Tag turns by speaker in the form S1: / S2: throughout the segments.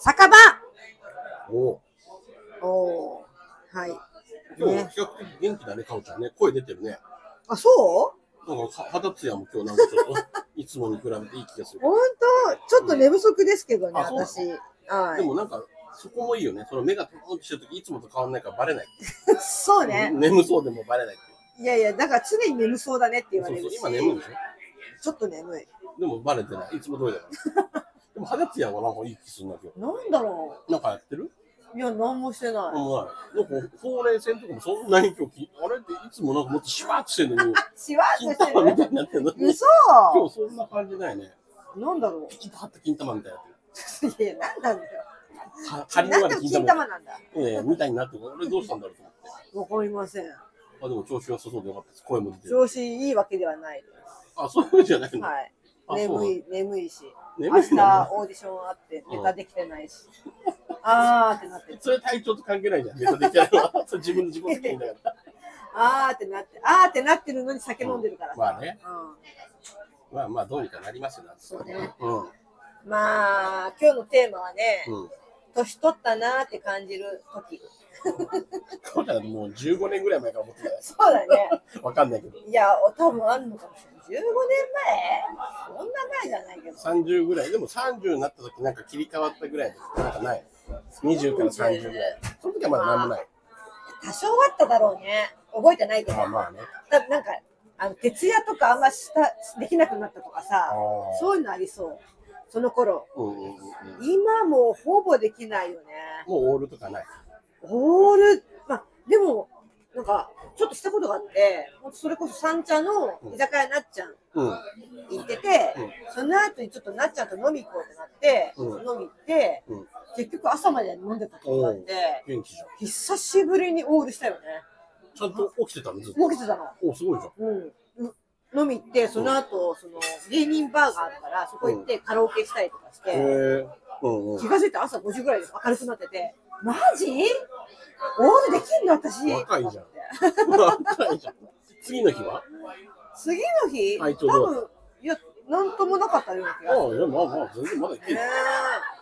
S1: 酒場
S2: お
S1: おーはい。
S2: でも、
S1: ね
S2: 比較的元気だね、かおちゃんね。声出てるね。
S1: あ、そう
S2: なんか、肌ツヤも今日なんかちょっと、 いつもに比べていい気がする。
S1: 本当ちょっと寝不足ですけどね、
S2: あそうなの
S1: 私。は
S2: で
S1: い。
S2: もなんか、そこもいいよね。その目がトーンってしてるとき、いつもと変わんないからバレない。
S1: そうね。
S2: 眠そうでもバレないっていう。
S1: いやいや、だから常に眠そうだねって言わ
S2: そ
S1: れ
S2: うそ
S1: る
S2: う
S1: し。
S2: 今眠いでし
S1: ちょっと眠い。
S2: ょでもバレてない。いつも通りだから。でも肌ツヤはなんかいい気するんだけど。
S1: なんだろ
S2: なんかやってる
S1: ういや、なんもしてない。
S2: もうない。なんか、ほうれい線とかもそんなに今日き、あれっていつもなんかもっとシュワーってしてる のに、
S1: しわっ
S2: 金
S1: として
S2: 玉みたい
S1: る。
S2: になってるのに、
S1: 嘘
S2: 今日そんな感じないね。
S1: なんだろ
S2: ピキッと張った金玉みたいになってる。
S1: うい や、なんなんだよ。
S2: か仮に
S1: なん
S2: ま
S1: で
S2: で
S1: も
S2: 金
S1: 金
S2: 玉み
S1: 玉なんだ。
S2: たい,、ええみたいになってる。俺どうしたんだろうと思って。
S1: わかりません。
S2: あ、でも調子は良さそうでよかったです。声も出てる。
S1: 調子いいわけではないで
S2: あ、そういうのじゃない
S1: す。
S2: の、
S1: はい。
S2: あそう
S1: 眠い、眠いし。
S2: 眠
S1: 明
S2: いんだ
S1: 日オーディションあって、ネタできてないし。あーってなってる。
S2: それ体調と関係ないじゃん。ネタできな いのは。それ自分の自己責任だから。
S1: あーってなって、あーってなってるのに酒飲んでるからさ。
S2: まあね。
S1: うん
S2: まあまあ、どうにかなりますよ、なんて
S1: そうね。
S2: うん。うん。
S1: まあ、今日のテーマはね、年取ったなーって感じる時。
S2: これはもう15年ぐらい前から思ってたよ
S1: そう だね。
S2: わかんないけど。
S1: いや、多分あるのかもしれない。15年前そんな前じゃないけど。
S2: 30ぐらい。でも30になった時なんか切り替わったぐらいで、なんかない。20から30ぐらい。その時はまだなんもない。
S1: 多少あっただろうね。覚えてないけど。
S2: まあまあね。
S1: だなんか、あの徹夜とかあんましたできなくなったとか
S2: あ
S1: さ
S2: あ、。
S1: そういうのありそう。その頃。
S2: うんうんうんうん。
S1: 今もうほぼできないよね。
S2: もうオールとかない。
S1: オール、まあ、でも、なんか、ちょっとしたことがあって、ほんとそれこそ三茶の居酒屋なっちゃん
S2: うん。
S1: 行ってて、
S2: うん
S1: その後にちょっとなっちゃんと飲み行こうってなって、
S2: うん
S1: 飲み行って、
S2: うん
S1: 結局朝まで飲んでたことがあって、
S2: 元気じゃん。
S1: 久しぶりにオールしたよね。
S2: ちゃんと起きてたのずっと。
S1: 動けてたの。
S2: お、すごいじゃん。
S1: うん。う飲み行って、その後、その芸人バーがあるから、そこ行ってカラオケしたりとかして、
S2: へえ。う んうん
S1: 気。が付いたら朝5時ぐらいで明るくなってて、マジオールできんの私。
S2: 若いじゃん
S1: と思って。
S2: 若いじゃん。次の日は
S1: 次の日、
S2: 体
S1: 多
S2: 調どうだ
S1: 分、いや、なんともなかったような気
S2: ああ、
S1: が
S2: いや、まあまあ、全然まだい
S1: す
S2: け
S1: る。ね
S2: る。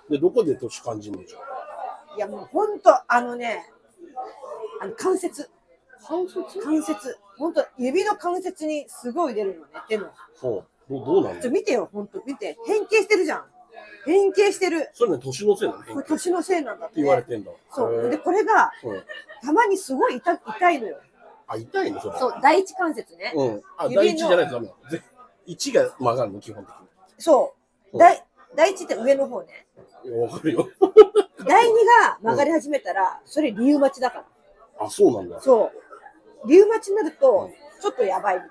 S2: で、どこで年感じるのじゃん。
S1: えいや、もう本当、あのね、あの関節。関節関節。本当、指の関節にすごい出るのね、手の。
S2: そう。どどうなん
S1: ち
S2: だ
S1: ょ、見てよ、本当、見て。変形してるじゃん。変形してる。
S2: それね、年のせいなの変
S1: こ
S2: 化
S1: れ
S2: って
S1: 年のせいなんだって、
S2: 言われてんだ。
S1: そう。
S2: へ
S1: で、
S2: え
S1: これが、
S2: うん
S1: たまにすごい痛痛いのよ。
S2: あ、痛いのそれ。
S1: そう、第一関節ね。
S2: うん。あ、
S1: 指の
S2: 第一じゃないとダメだ。ぜ一が曲がるの、基本的
S1: そう。第第一って上の方ね。
S2: に。いやわかる よ。
S1: 第二が曲がり始めたら、それリウマチだから。
S2: あ、そうなんだ。
S1: そう。リウマチになると、ちょっとやばいみたい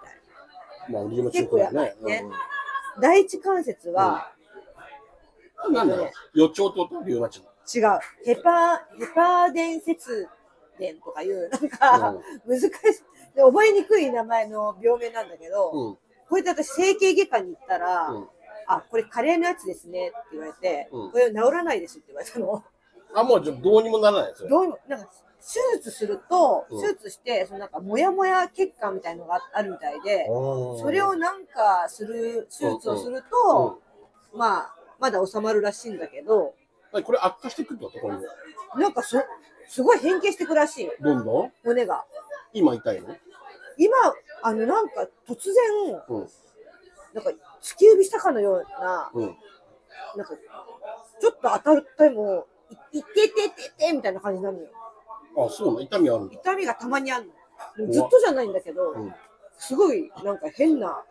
S2: まあ、理由も強く
S1: 結。構やば
S2: だね
S1: いね
S2: うんうん
S1: な。第一関節は、
S2: なんだろう。予兆ってこと理由になっちゃう
S1: 違う。ヘパー、ヘパー伝節伝とかいう、なんか、
S2: うん
S1: 難しい。で覚えにくい名前の病名なんだけど、
S2: の。
S1: これで私、整形外科に行ったら、
S2: うん。うん。
S1: あ、これカレーのやつですねって言われて、
S2: うん
S1: これ治らないですって言われたの。
S2: あ、もうじゃあどうにもならない、それ。
S1: どうにも、なんか、手術すると、
S2: うん
S1: 手術して、そのなんか、もやもや血管みたいのがあるみたいで、
S2: そ
S1: それを、なんかする、手術をすると、まあ、まだ治まるらしいんだけど、
S2: うん、これ悪化してくるってこと今後。
S1: なんかそ、すごい変形してくらしいよ、
S2: どんどん
S1: 骨が。
S2: 今痛いの
S1: 今、あの、なんか、突然、
S2: うん。
S1: なんか、突き指したかのような、
S2: うん。
S1: なんか、ちょっと当たっても、いいってってってってみたいな感じになるのよ。
S2: あ、そうなの痛みあるんだ。
S1: 痛みがたまにあるの。でもずっとじゃないんだけど、
S2: うん。
S1: すごいなんか変な、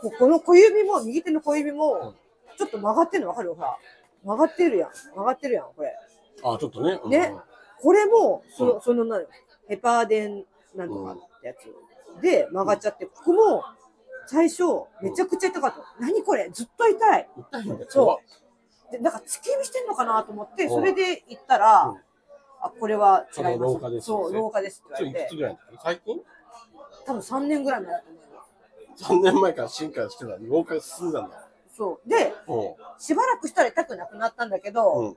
S1: ここの小指も、右手の小指も、ちょっと曲がってるの分かるほら。曲がってるやん。曲がってるやん、これ。
S2: あ、ちょっとね。うん
S1: ねこれも、その、
S2: う
S1: そのなの、ヘパーデンなんとかってやつで曲がっちゃって、ここも、最初、めちゃくちゃ痛かった。何これずっと痛い。
S2: 痛いんだよ。
S1: そうで、なんか突き指してんのかなと思って、
S2: うん
S1: それで行ったら、
S2: うん
S1: あ、これは違います。
S2: その老化です
S1: そう、老化ですって
S2: そ
S1: 言
S2: れい
S1: われ
S2: く
S1: て
S2: つ、ぐらいの時最近
S1: 多分3年ぐらい前だと思うよ。
S2: ?3 年前から進化してた老化が進んだんだ。
S1: そう。で、
S2: うん。
S1: しばらくしたら痛くなくなったんだけど、
S2: うん。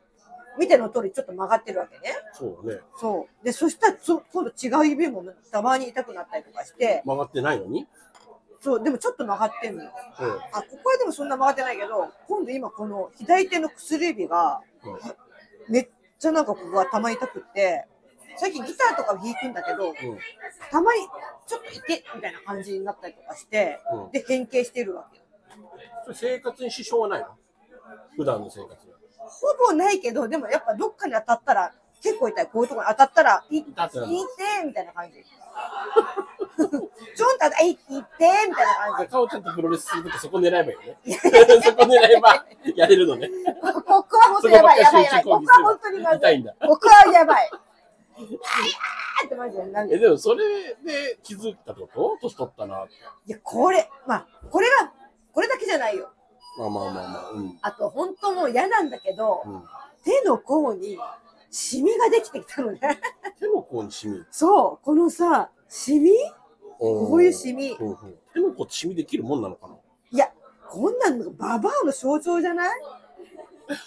S1: 見ての通りちょっと曲がってるわけね。
S2: そうだね。
S1: そう。で、そしたら、そ今度違う指もたまに痛くなったりとかして、
S2: 曲がってないのに。
S1: そう、でもちょっと曲がってんのよ。
S2: うん。
S1: あ、ここはでもそんな曲がってないけど、今度今この左手の薬指が
S2: うん
S1: めっちゃなんかここがたま痛くって、最近ギターとか弾くんだけど、
S2: うん。
S1: たまにちょっと痛いみたいな感じになったりとかして、
S2: うん
S1: で、変形してるわけよ。
S2: それ生活に支障はないの普段の生活に。
S1: ほぼないけど、でもやっぱどっかに当たったら、結構痛い。こういうところに当たったら、いいって
S2: 痛くなる
S1: えみたいな感じ。ちょんと当た、いってえみたいな感
S2: あ
S1: じ。
S2: かおちゃんとプロレスするときそこ狙えばいいよね。そこ狙えばやれ るのね。
S1: ここは本当にやばい、やばい、やばい。
S2: そ
S1: こ
S2: こばっかり集中攻撃
S1: こは本当にまず
S2: 痛いんだ
S1: ここはやばい。あいやーってマジでなんで
S2: え、でもそれで気づいたこと年取ったなって。
S1: いや、これ、まあ、これが、これだけじゃないよ。
S2: まあまあまあまあ。うん。
S1: あと、本当もう嫌なんだけど、
S2: うん、
S1: 手の甲に、シミができてきたのね。
S2: 手の甲にシミ。
S1: そう、このさ、シミこういうシミ
S2: うんうん手の甲ってシミできるもんなのかない
S1: や、こんなんのババアの象徴じゃないね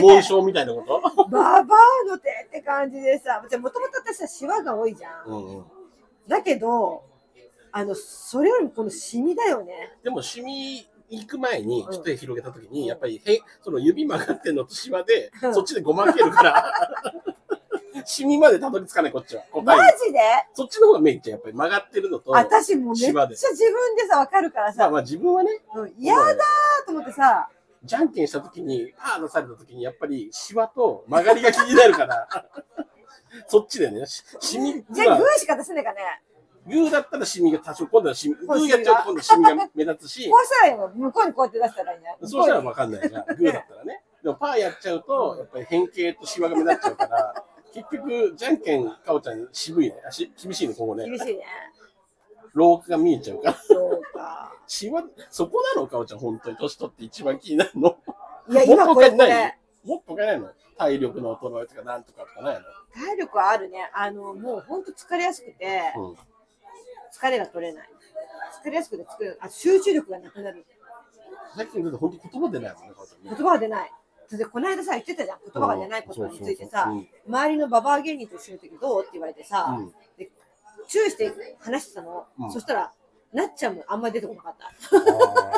S2: 紋章みたいなこと
S1: バ バアの手って感じでさ、もともと私はシワが多いじゃん。
S2: うんうん。
S1: だけど、あの、それよりもこのシミだよね。
S2: でもシミ行く前に
S1: うん
S2: ちょっと広げたときに、やっぱりへその指曲がってんのとシワで、
S1: うん
S2: そっちでごまける から。シミまでたどり着かないこっちは。答
S1: マ
S2: えに
S1: ジで
S2: そっちの方がめっちゃやっぱり曲がってるのと。
S1: 私もうめっちゃ
S2: シワで
S1: 自分でさ、わかるから
S2: まあ
S1: さ、
S2: まあ自分はね、
S1: うん嫌だーと思ってさ、
S2: じゃんけんしたときに、パー出されたときに、やっぱりシワと曲がりが気にな るから。そっちでね、しシミ
S1: じゃあ
S2: は
S1: グーしか出せないかね。
S2: グーだったらシミが多少、今度はシミ、グ
S1: そう
S2: ーやっちゃうと今度はシミが目立つし
S1: こ、うしたらいいの向こうにこうやって出したらいいんだよ。
S2: そうしたらわかんないじゃん、グーだったらね。でもパーやっちゃうと、やっぱり変形とシワが目立っちゃうから、結局、じゃんけん、かおちゃん渋いね。あし厳しいね、今後ね
S1: 厳。しいね。
S2: 老化が見えちゃうから。
S1: そうか。
S2: シワ、そこなのかおちゃん、本当に。年取って一番気になるの。
S1: いや、
S2: もっ
S1: 今
S2: と
S1: こ
S2: 他
S1: れ
S2: に
S1: こ
S2: ない
S1: れ、
S2: のもっと他にないの体力の衰えとか、なんとかとかない
S1: 体力はあるね。あの、もう本当疲れやすくて、
S2: のうん。
S1: 疲れが取れない。疲れやすくて疲れあ、集中力がなくなる。
S2: 最近だと本当言葉出ないもんね、かおちゃん
S1: 言
S2: ね。
S1: 葉が出ない。で、この間さ、言ってたじゃん。言葉が出ないことについてさ
S2: う、ん
S1: 周りのババア芸人と一緒の時どうって言われてさ、
S2: うん
S1: 注意して話してたの。
S2: うん
S1: そしたら、なっちゃんもあんまり出てこなかった。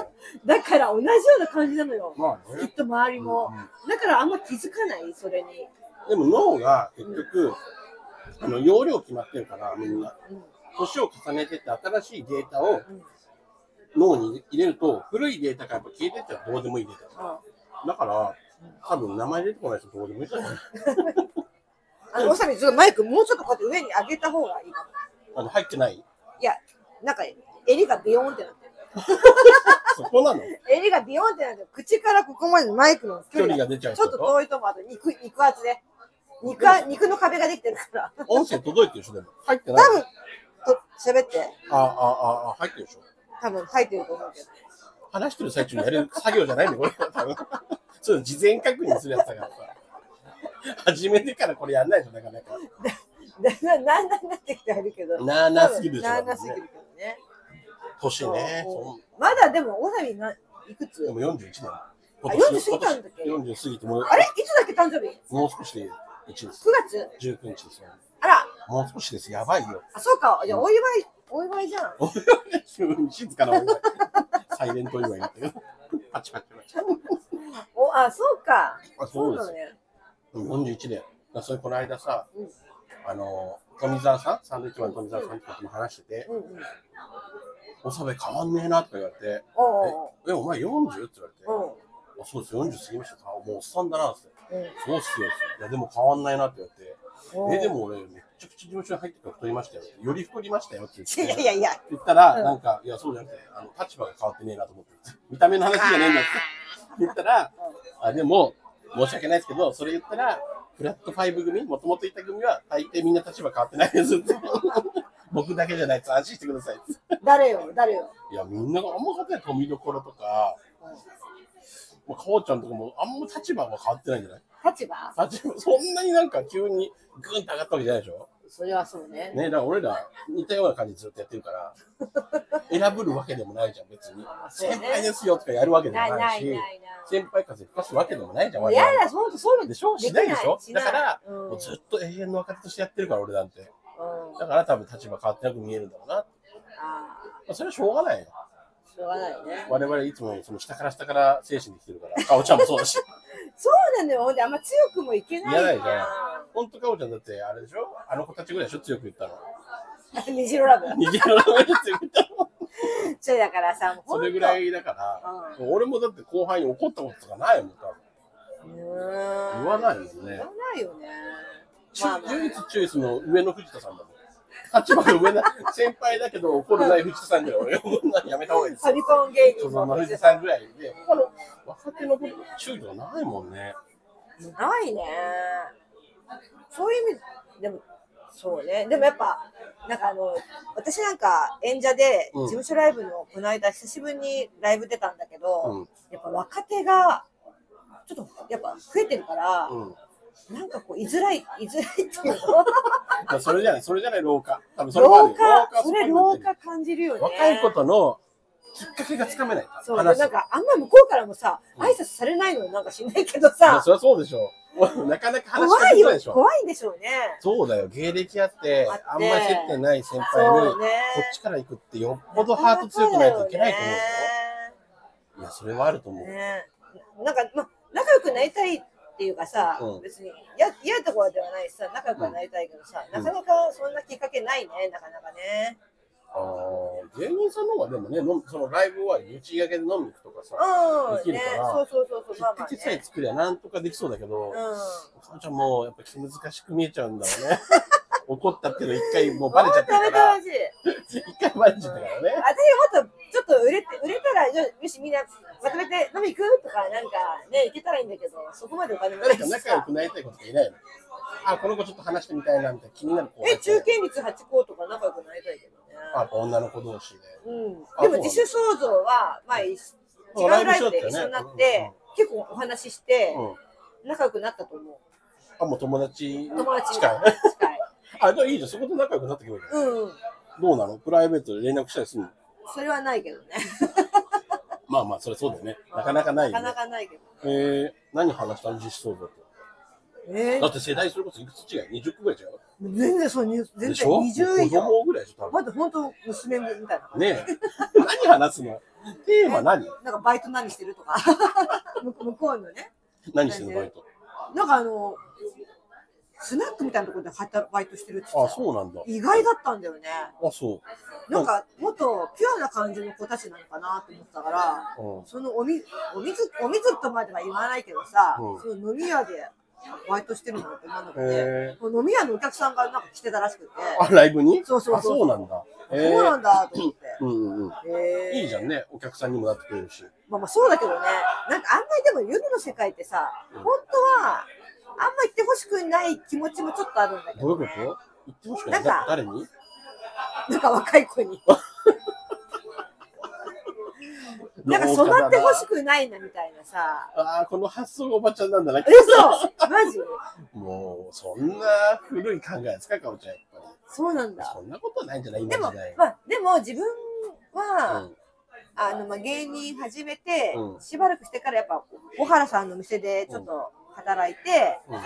S2: あ
S1: だから同じような感じなのよ
S2: ー。まあ
S1: きっ
S2: ね。
S1: と周りも
S2: う。ん
S1: だからあんま気づかない、それに。
S2: でも脳が結局、あの容量決まってるから、みんな。
S1: うん
S2: 年を重ねてって新しいデータを
S1: うん
S2: 脳に入れると、古いデータがやっぱ消えてっちゃう。どうでもいいデータ。
S1: あ
S2: だから、多分名前出てこない人どうでもいいじゃない。
S1: あの、おさみ、ちょっとマイク、もうちょっとこうやって上に上げた方がいいかも。
S2: あの、入ってない
S1: いや、なんか、襟がビヨーンってなってる。
S2: そこなの
S1: 襟がビヨーンってなってる。口からここまでのマイクの距
S2: 距
S1: 離が
S2: 離が出ちゃう
S1: ちょ
S2: 人
S1: っと
S2: と。
S1: 遠いと思う。あと、肉、肉厚で。肉は、肉の壁ができてるから。
S2: 音声届いてる人でも。入って
S1: 多
S2: ない
S1: 分、と喋って、
S2: ああ、ああ、入ってるでしょ。
S1: 多分入ってると思うけど。
S2: 話してる最中にやる作業じゃないんだよ、これは多分。そういうの事前確認するやつだからさ。始めてからこれやんないでしょ、なかなか。
S1: だんだんだ んだんなってきてあるけど。
S2: なあなあすぎるでしょ。
S1: なあ
S2: 多
S1: なあ
S2: 分
S1: すぎるけどね。
S2: 年ね。
S1: そ
S2: そう
S1: まだでも、おさみな、いくつ
S2: うでも41年。
S1: 40過ぎたんだっけ
S2: 今年40過ぎてもう、
S1: あれいつだっけ誕生日 ?9
S2: もう少しで1です。
S1: 月
S2: 19日ですよ。
S1: あら、
S2: もう少しです。やばい よ。
S1: あ、そうか。じゃあ、お祝い、お祝いじゃん。
S2: 急に静かなお祝い。サイレント祝いになってる。パチパチパチ。
S1: お、あ、そうか。
S2: あ
S1: そ
S2: そううで
S1: だ
S2: すよ。
S1: ね。
S2: 41年。だからそれこの間さ、
S1: うん
S2: あの、富澤さん、サンドイッチマンの富澤さんとかとも話してて、
S1: うんうん。
S2: おさべ変わんねえなって言われて、
S1: おうおう
S2: え、お前 40? って言われて、
S1: おう。
S2: あそうです、40過ぎました。あもうおっさんだなって。
S1: うん
S2: そうっすよ。いや、でも変わんないなって言われて、
S1: おう
S2: え、で。も俺、めっちゃくちゃ事務所に入ってから太りましたよ。より太りましたよって言っ
S1: いや
S2: て。
S1: いやいや。
S2: 言ったら、
S1: うん
S2: なんか、いや、そうじゃなくて、あの、立場が変わってねえなと思って、見た目の話じゃねえんだって言ったら、あ、でも、申し訳ないですけど、それ言ったら、フラットファイブ組、もともといた組は、大抵みんな立場変わってないですって。 僕だけじゃないです。安心してくださいって。
S1: 誰よ、誰よ。
S2: いや、みんながあんま変わってない。富所とか、まあ、かおちゃんとかも、あんま立場は変わってないんじゃない
S1: 立場
S2: 立場、そんなになんか急にグーンと上がったわけじゃないでしょ
S1: それはそうね。
S2: ねだから俺ら似たような感じでずっとやってるから、 選ぶるわけでもないじゃん、別に。
S1: そうね
S2: 先輩ですよとかやるわけでも
S1: ない
S2: な
S1: ないい
S2: し、
S1: ない
S2: 先輩風吹かすわけでもないじゃん、
S1: ない。い
S2: 我々
S1: やだ、ほんとそういうの
S2: でしょしないでしょ
S1: き
S2: だから、
S1: うん
S2: もうずっと永遠の若手としてやってるから、俺なんて。
S1: うん
S2: だから多分立場変わってなく見えるんだろうな。ま
S1: あ
S2: あ、それはしょうがないよ。
S1: ーしょうがないね。
S2: 我々いつもその下から下から精神できてるから、かおちゃんもそうだし。
S1: そうなんだよ。ほんで、あんま強くもいけない
S2: 嫌だよ
S1: じゃん
S2: 本当かおちゃんだってあれでしょあの子たちぐらいでしょ強く言ったの。
S1: 虹色ラブ。
S2: 逃げられない強く言ったの。
S1: それだからさ、もうほ
S2: そ
S1: んと
S2: れぐらいだから、俺もだって後輩に怒ったこととかないもん、多
S1: 言
S2: 分。言わないよね
S1: 言わないよね。
S2: ちゅ
S1: まあまあ
S2: 唯一注意するの上の藤田さんだもん。立場が上 な、先輩だけど怒るない藤田さんぐらい俺怒んないやめた方がいいです
S1: パ
S2: よ。
S1: リコン芸
S2: そ
S1: 人
S2: の
S1: も
S2: 藤田さんぐらいで、他の若手の子注意とかないもんね。
S1: ないね。そういう意味、でも、そうね。でもやっぱ、なんかあの、私なんか演者で、
S2: うん
S1: 事務所ライブの、この間久しぶりにライブ出たんだけ
S2: う
S1: ど、
S2: ん。
S1: やっぱ若手が、ちょっとやっぱ増えてるから、
S2: うん。
S1: なんかこう、居づらい、居づらいっていうの
S2: まあそれじゃない、それじゃない老化。多分それもあ
S1: 老
S2: るよ
S1: 化、そ
S2: こ
S1: れ
S2: になってる
S1: 老化感じるよね。
S2: 若い子とのきっかけがつかめない。
S1: そうで
S2: 話
S1: なんかあんま向こうからもさ、
S2: うん
S1: 挨拶されないのなんかしないけど
S2: まあ
S1: さ、
S2: そりゃそうでしょう。なかなか話し
S1: 怖い
S2: かけづ
S1: よ
S2: らいでし、ょ。
S1: 怖いんでしょうね。
S2: そうだよ、芸歴あって
S1: あって、
S2: あんまり接点ない先輩に
S1: そう、ね。
S2: こっちから行くってよっぽどハート強くないといけないと思うよ。いや、それはあると思う。
S1: ねなんか、まあ、仲良くなりたいっていうかさ、
S2: うん
S1: 別に嫌嫌なところではないしさ、仲良くはなりたいけどさ、
S2: うん
S1: なかなかそんなきっかけないね、なかなかね。
S2: あー芸人さんの方がでもね、飲むそのライブ終わりに打ち上げで飲みに行くとかさ、で
S1: う
S2: き
S1: ん、
S2: る
S1: ね
S2: か、ら
S1: そうそうそうそう、
S2: き
S1: まあ
S2: っ
S1: ま
S2: か
S1: あ
S2: けさえ
S1: ね。
S2: 作りゃなんとかできそうだけど、
S1: う
S2: お母ちゃんもやっぱ気難しく見えちゃうんだろうね。 怒ったっていうの一回もうバレちゃっ
S1: ん。食
S2: たか
S1: べて
S2: ら、
S1: ほしい。
S2: 一回バレちゃったからね。
S1: 私もっとちょっと売れて売れたらよよしみんなまとめて飲み行くとかなんかね行けたらいいんだけどそこまでお金もな
S2: 誰
S1: い
S2: か
S1: し
S2: 仲良
S1: さ
S2: くなりたい子とかいないのあ、この子ちょっと話してみたいなみたいな気になる子
S1: え中堅率8校とか仲良くなりたいけどね
S2: あ、女の子同士で。あ
S1: うん、でも自主創造は前違う
S2: ライブ
S1: ラ
S2: し
S1: イ
S2: よう
S1: ブ
S2: って
S1: で
S2: ね
S1: 一緒になって結構お話しして
S2: うん。
S1: 仲良くなったと思う
S2: あ、もう友達
S1: 友達に
S2: 近い。
S1: 近い
S2: あ、じゃあいいじゃん。そこで仲良くなってくれるじゃん
S1: うんうん
S2: どうなのプライベートで連絡したりするの
S1: それはないけどね
S2: まあまあ、それそうだよね。なかなかないよ、
S1: な
S2: ね。
S1: かなかないけど
S2: えー、何話したの実装だと。
S1: え
S2: だって世代それこそいくつ違い ?20 個ぐらい違う
S1: 全然そう全然
S2: でしょ
S1: 20以
S2: 子
S1: 上
S2: 供ぐらいでしょ、多分。
S1: まだ本当娘みたいな感じ
S2: ねえ。何話すのテーマ何
S1: なんかバイト何してるとか 向こう向こうのね
S2: 何してんのバイト。
S1: なんかあのスナックみたいなところで働バイトしてるって言
S2: あ、
S1: ってた
S2: そうなんだ。
S1: 意外だったんだよね
S2: あ、そ
S1: なんかもっとピュアな感じの子たちなのかなと思ってたから
S2: う。うん。
S1: そのおみお水お水とまでは言わないけどさ、
S2: うん
S1: その飲み屋でバイトしてるなんてなんだかね
S2: へ
S1: もう飲み屋のお客さんがなんか来てたらしくて
S2: あ、ライブに
S1: そうそうそう
S2: あ、そうなんだ。
S1: そうなん
S2: だ。
S1: だと思って、
S2: うんうんうん。
S1: えー
S2: いいじゃんね。お客さんにもなってくれるし。
S1: まあまあそうだけどね、なんかあんまりでも夜の世界ってさ、
S2: うん
S1: 本当はあんま行ってほしくない気持ちもちょっとあるんだけ
S2: どうい
S1: ど、
S2: うこ
S1: ね
S2: と、言ってほしくない。
S1: なんか
S2: 誰に
S1: なんか若い子に、なんか染まってほしくないなみたいなさ、
S2: ああ、この発想がおばちゃんなんだな。
S1: 嘘マジ
S2: もう、そんな古い考えですか、かおちゃん。やっぱ
S1: そうなん
S2: り。
S1: だ。
S2: そんなことないんじゃない今
S1: でも
S2: 時代、
S1: まあ、でも自分
S2: う
S1: は、
S2: ん
S1: あのまあ芸人始めて、
S2: うん
S1: しばらくしてからやっぱ小原さんの店でちょっと働いて、
S2: うん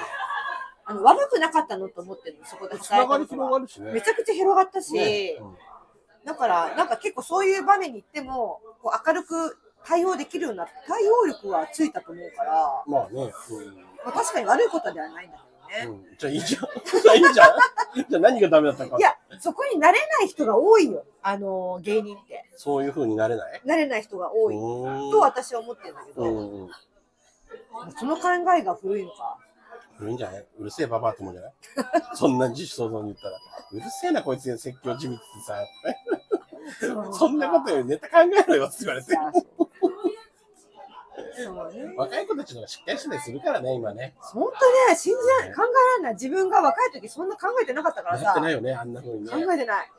S1: あの悪くなかったのと思ってるのそこで
S2: つなが
S1: 働
S2: り
S1: いた
S2: 広
S1: の
S2: が
S1: は。
S2: るしね。
S1: めちゃくちゃ広がったし、
S2: ねうん
S1: だから、なんか結構そういう場面に行っても、こう明るく対応できるようになって、対応力はついたと思うから、
S2: まあね、
S1: まあ、確かに悪いことではないんだけ
S2: う
S1: どね。
S2: んうん。じゃあいいじゃん。じゃあいいじゃん。 じゃあ何がダメだったか
S1: い。や、そこに慣れない人が多いよ、あのー芸人って。
S2: そういう風になれない
S1: 慣れない人が多いと
S2: と
S1: 私は思ってるんだけ
S2: う
S1: ど、
S2: んうん。
S1: その考えが古いのか。
S2: 古いんじゃないうるせえババアって思うんじゃない そんな自主想像に言ったら。うるせえな、こいつ説教地味ってさ。 そんなことよりネタ考えろよって言われて。
S1: そうね。
S2: 若い子たちの方がしっかりしたりするからね、今ね。
S1: 本当ね、信じられない、考えられない。自分が若い時そんな考えてなかったから
S2: やって
S1: さ
S2: な、いよね、あんな風にね。
S1: 考えてない。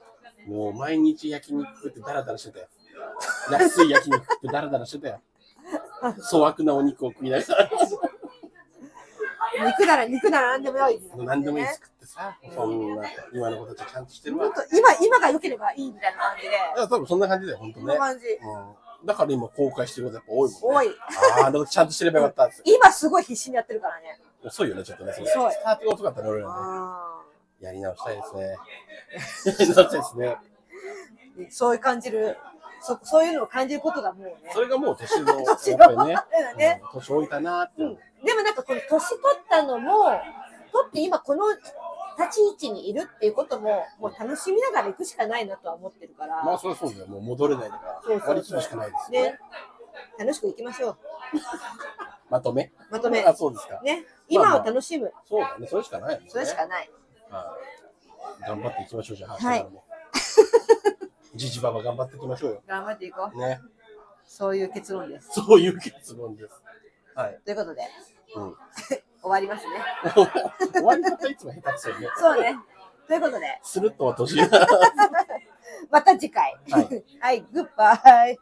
S2: もう毎日焼肉食ってダラダラしてたよ。 安い焼肉食ってダラダラしてたよ。粗悪なお肉を食いながら
S1: 肉なら肉なら何でもよい。
S2: 何でもいい作ってさ、そんな今の子たちはちゃんとしてるわ。
S1: 本
S2: い
S1: 当今今が良ければいいみたいな感じで、
S2: や多分そんな感じだよ、本当
S1: こ
S2: ね
S1: ん。な感じ。
S2: うん、だから今公開してることやっぱ多いもんね。
S1: 多い。
S2: ああ、でもちゃんとしてればよかったって。
S1: 今すごい必死にやってるからね。
S2: 遅いよね、ちょっとね。それ
S1: 遅い
S2: スタートが遅かったね、俺らね。
S1: あ
S2: やり直したいですね。 やり直したいですね。
S1: ーそういう感じる、そそういうのを感じることがもうね。
S2: それがもう年の、
S1: 年
S2: や
S1: の
S2: っぱりね
S1: だよね、
S2: うん年老いたなーって思う。
S1: うでもなんかこの年取ったのも、取って今この立ち位置にいるっていうことも、もう楽しみながら行くしかないなとは思ってるから、
S2: まあそりゃそうだよもう戻れないだか
S1: そうそう
S2: ら
S1: そう
S2: 割り切るしかないですよね
S1: ね、楽しく行きましょう。
S2: まとめ
S1: まとめ。
S2: あそうですか
S1: ね、
S2: まあま
S1: 今
S2: あ
S1: を楽しむ。
S2: そうだねそれしかないもんね
S1: それしかない。
S2: はい頑張っていきましょうじゃあ
S1: はい
S2: 明日からもじじばば頑張っていきましょうよ
S1: 頑張っていこう。
S2: ね
S1: そういう結論です。
S2: そういう結論ですはい、
S1: ということで、
S2: うん、
S1: 終わりますね。
S2: 終わり方いつも下手くそよね
S1: そうね。ということで、
S2: するっと落としな
S1: また次回。
S2: はい
S1: はい、グッバイ。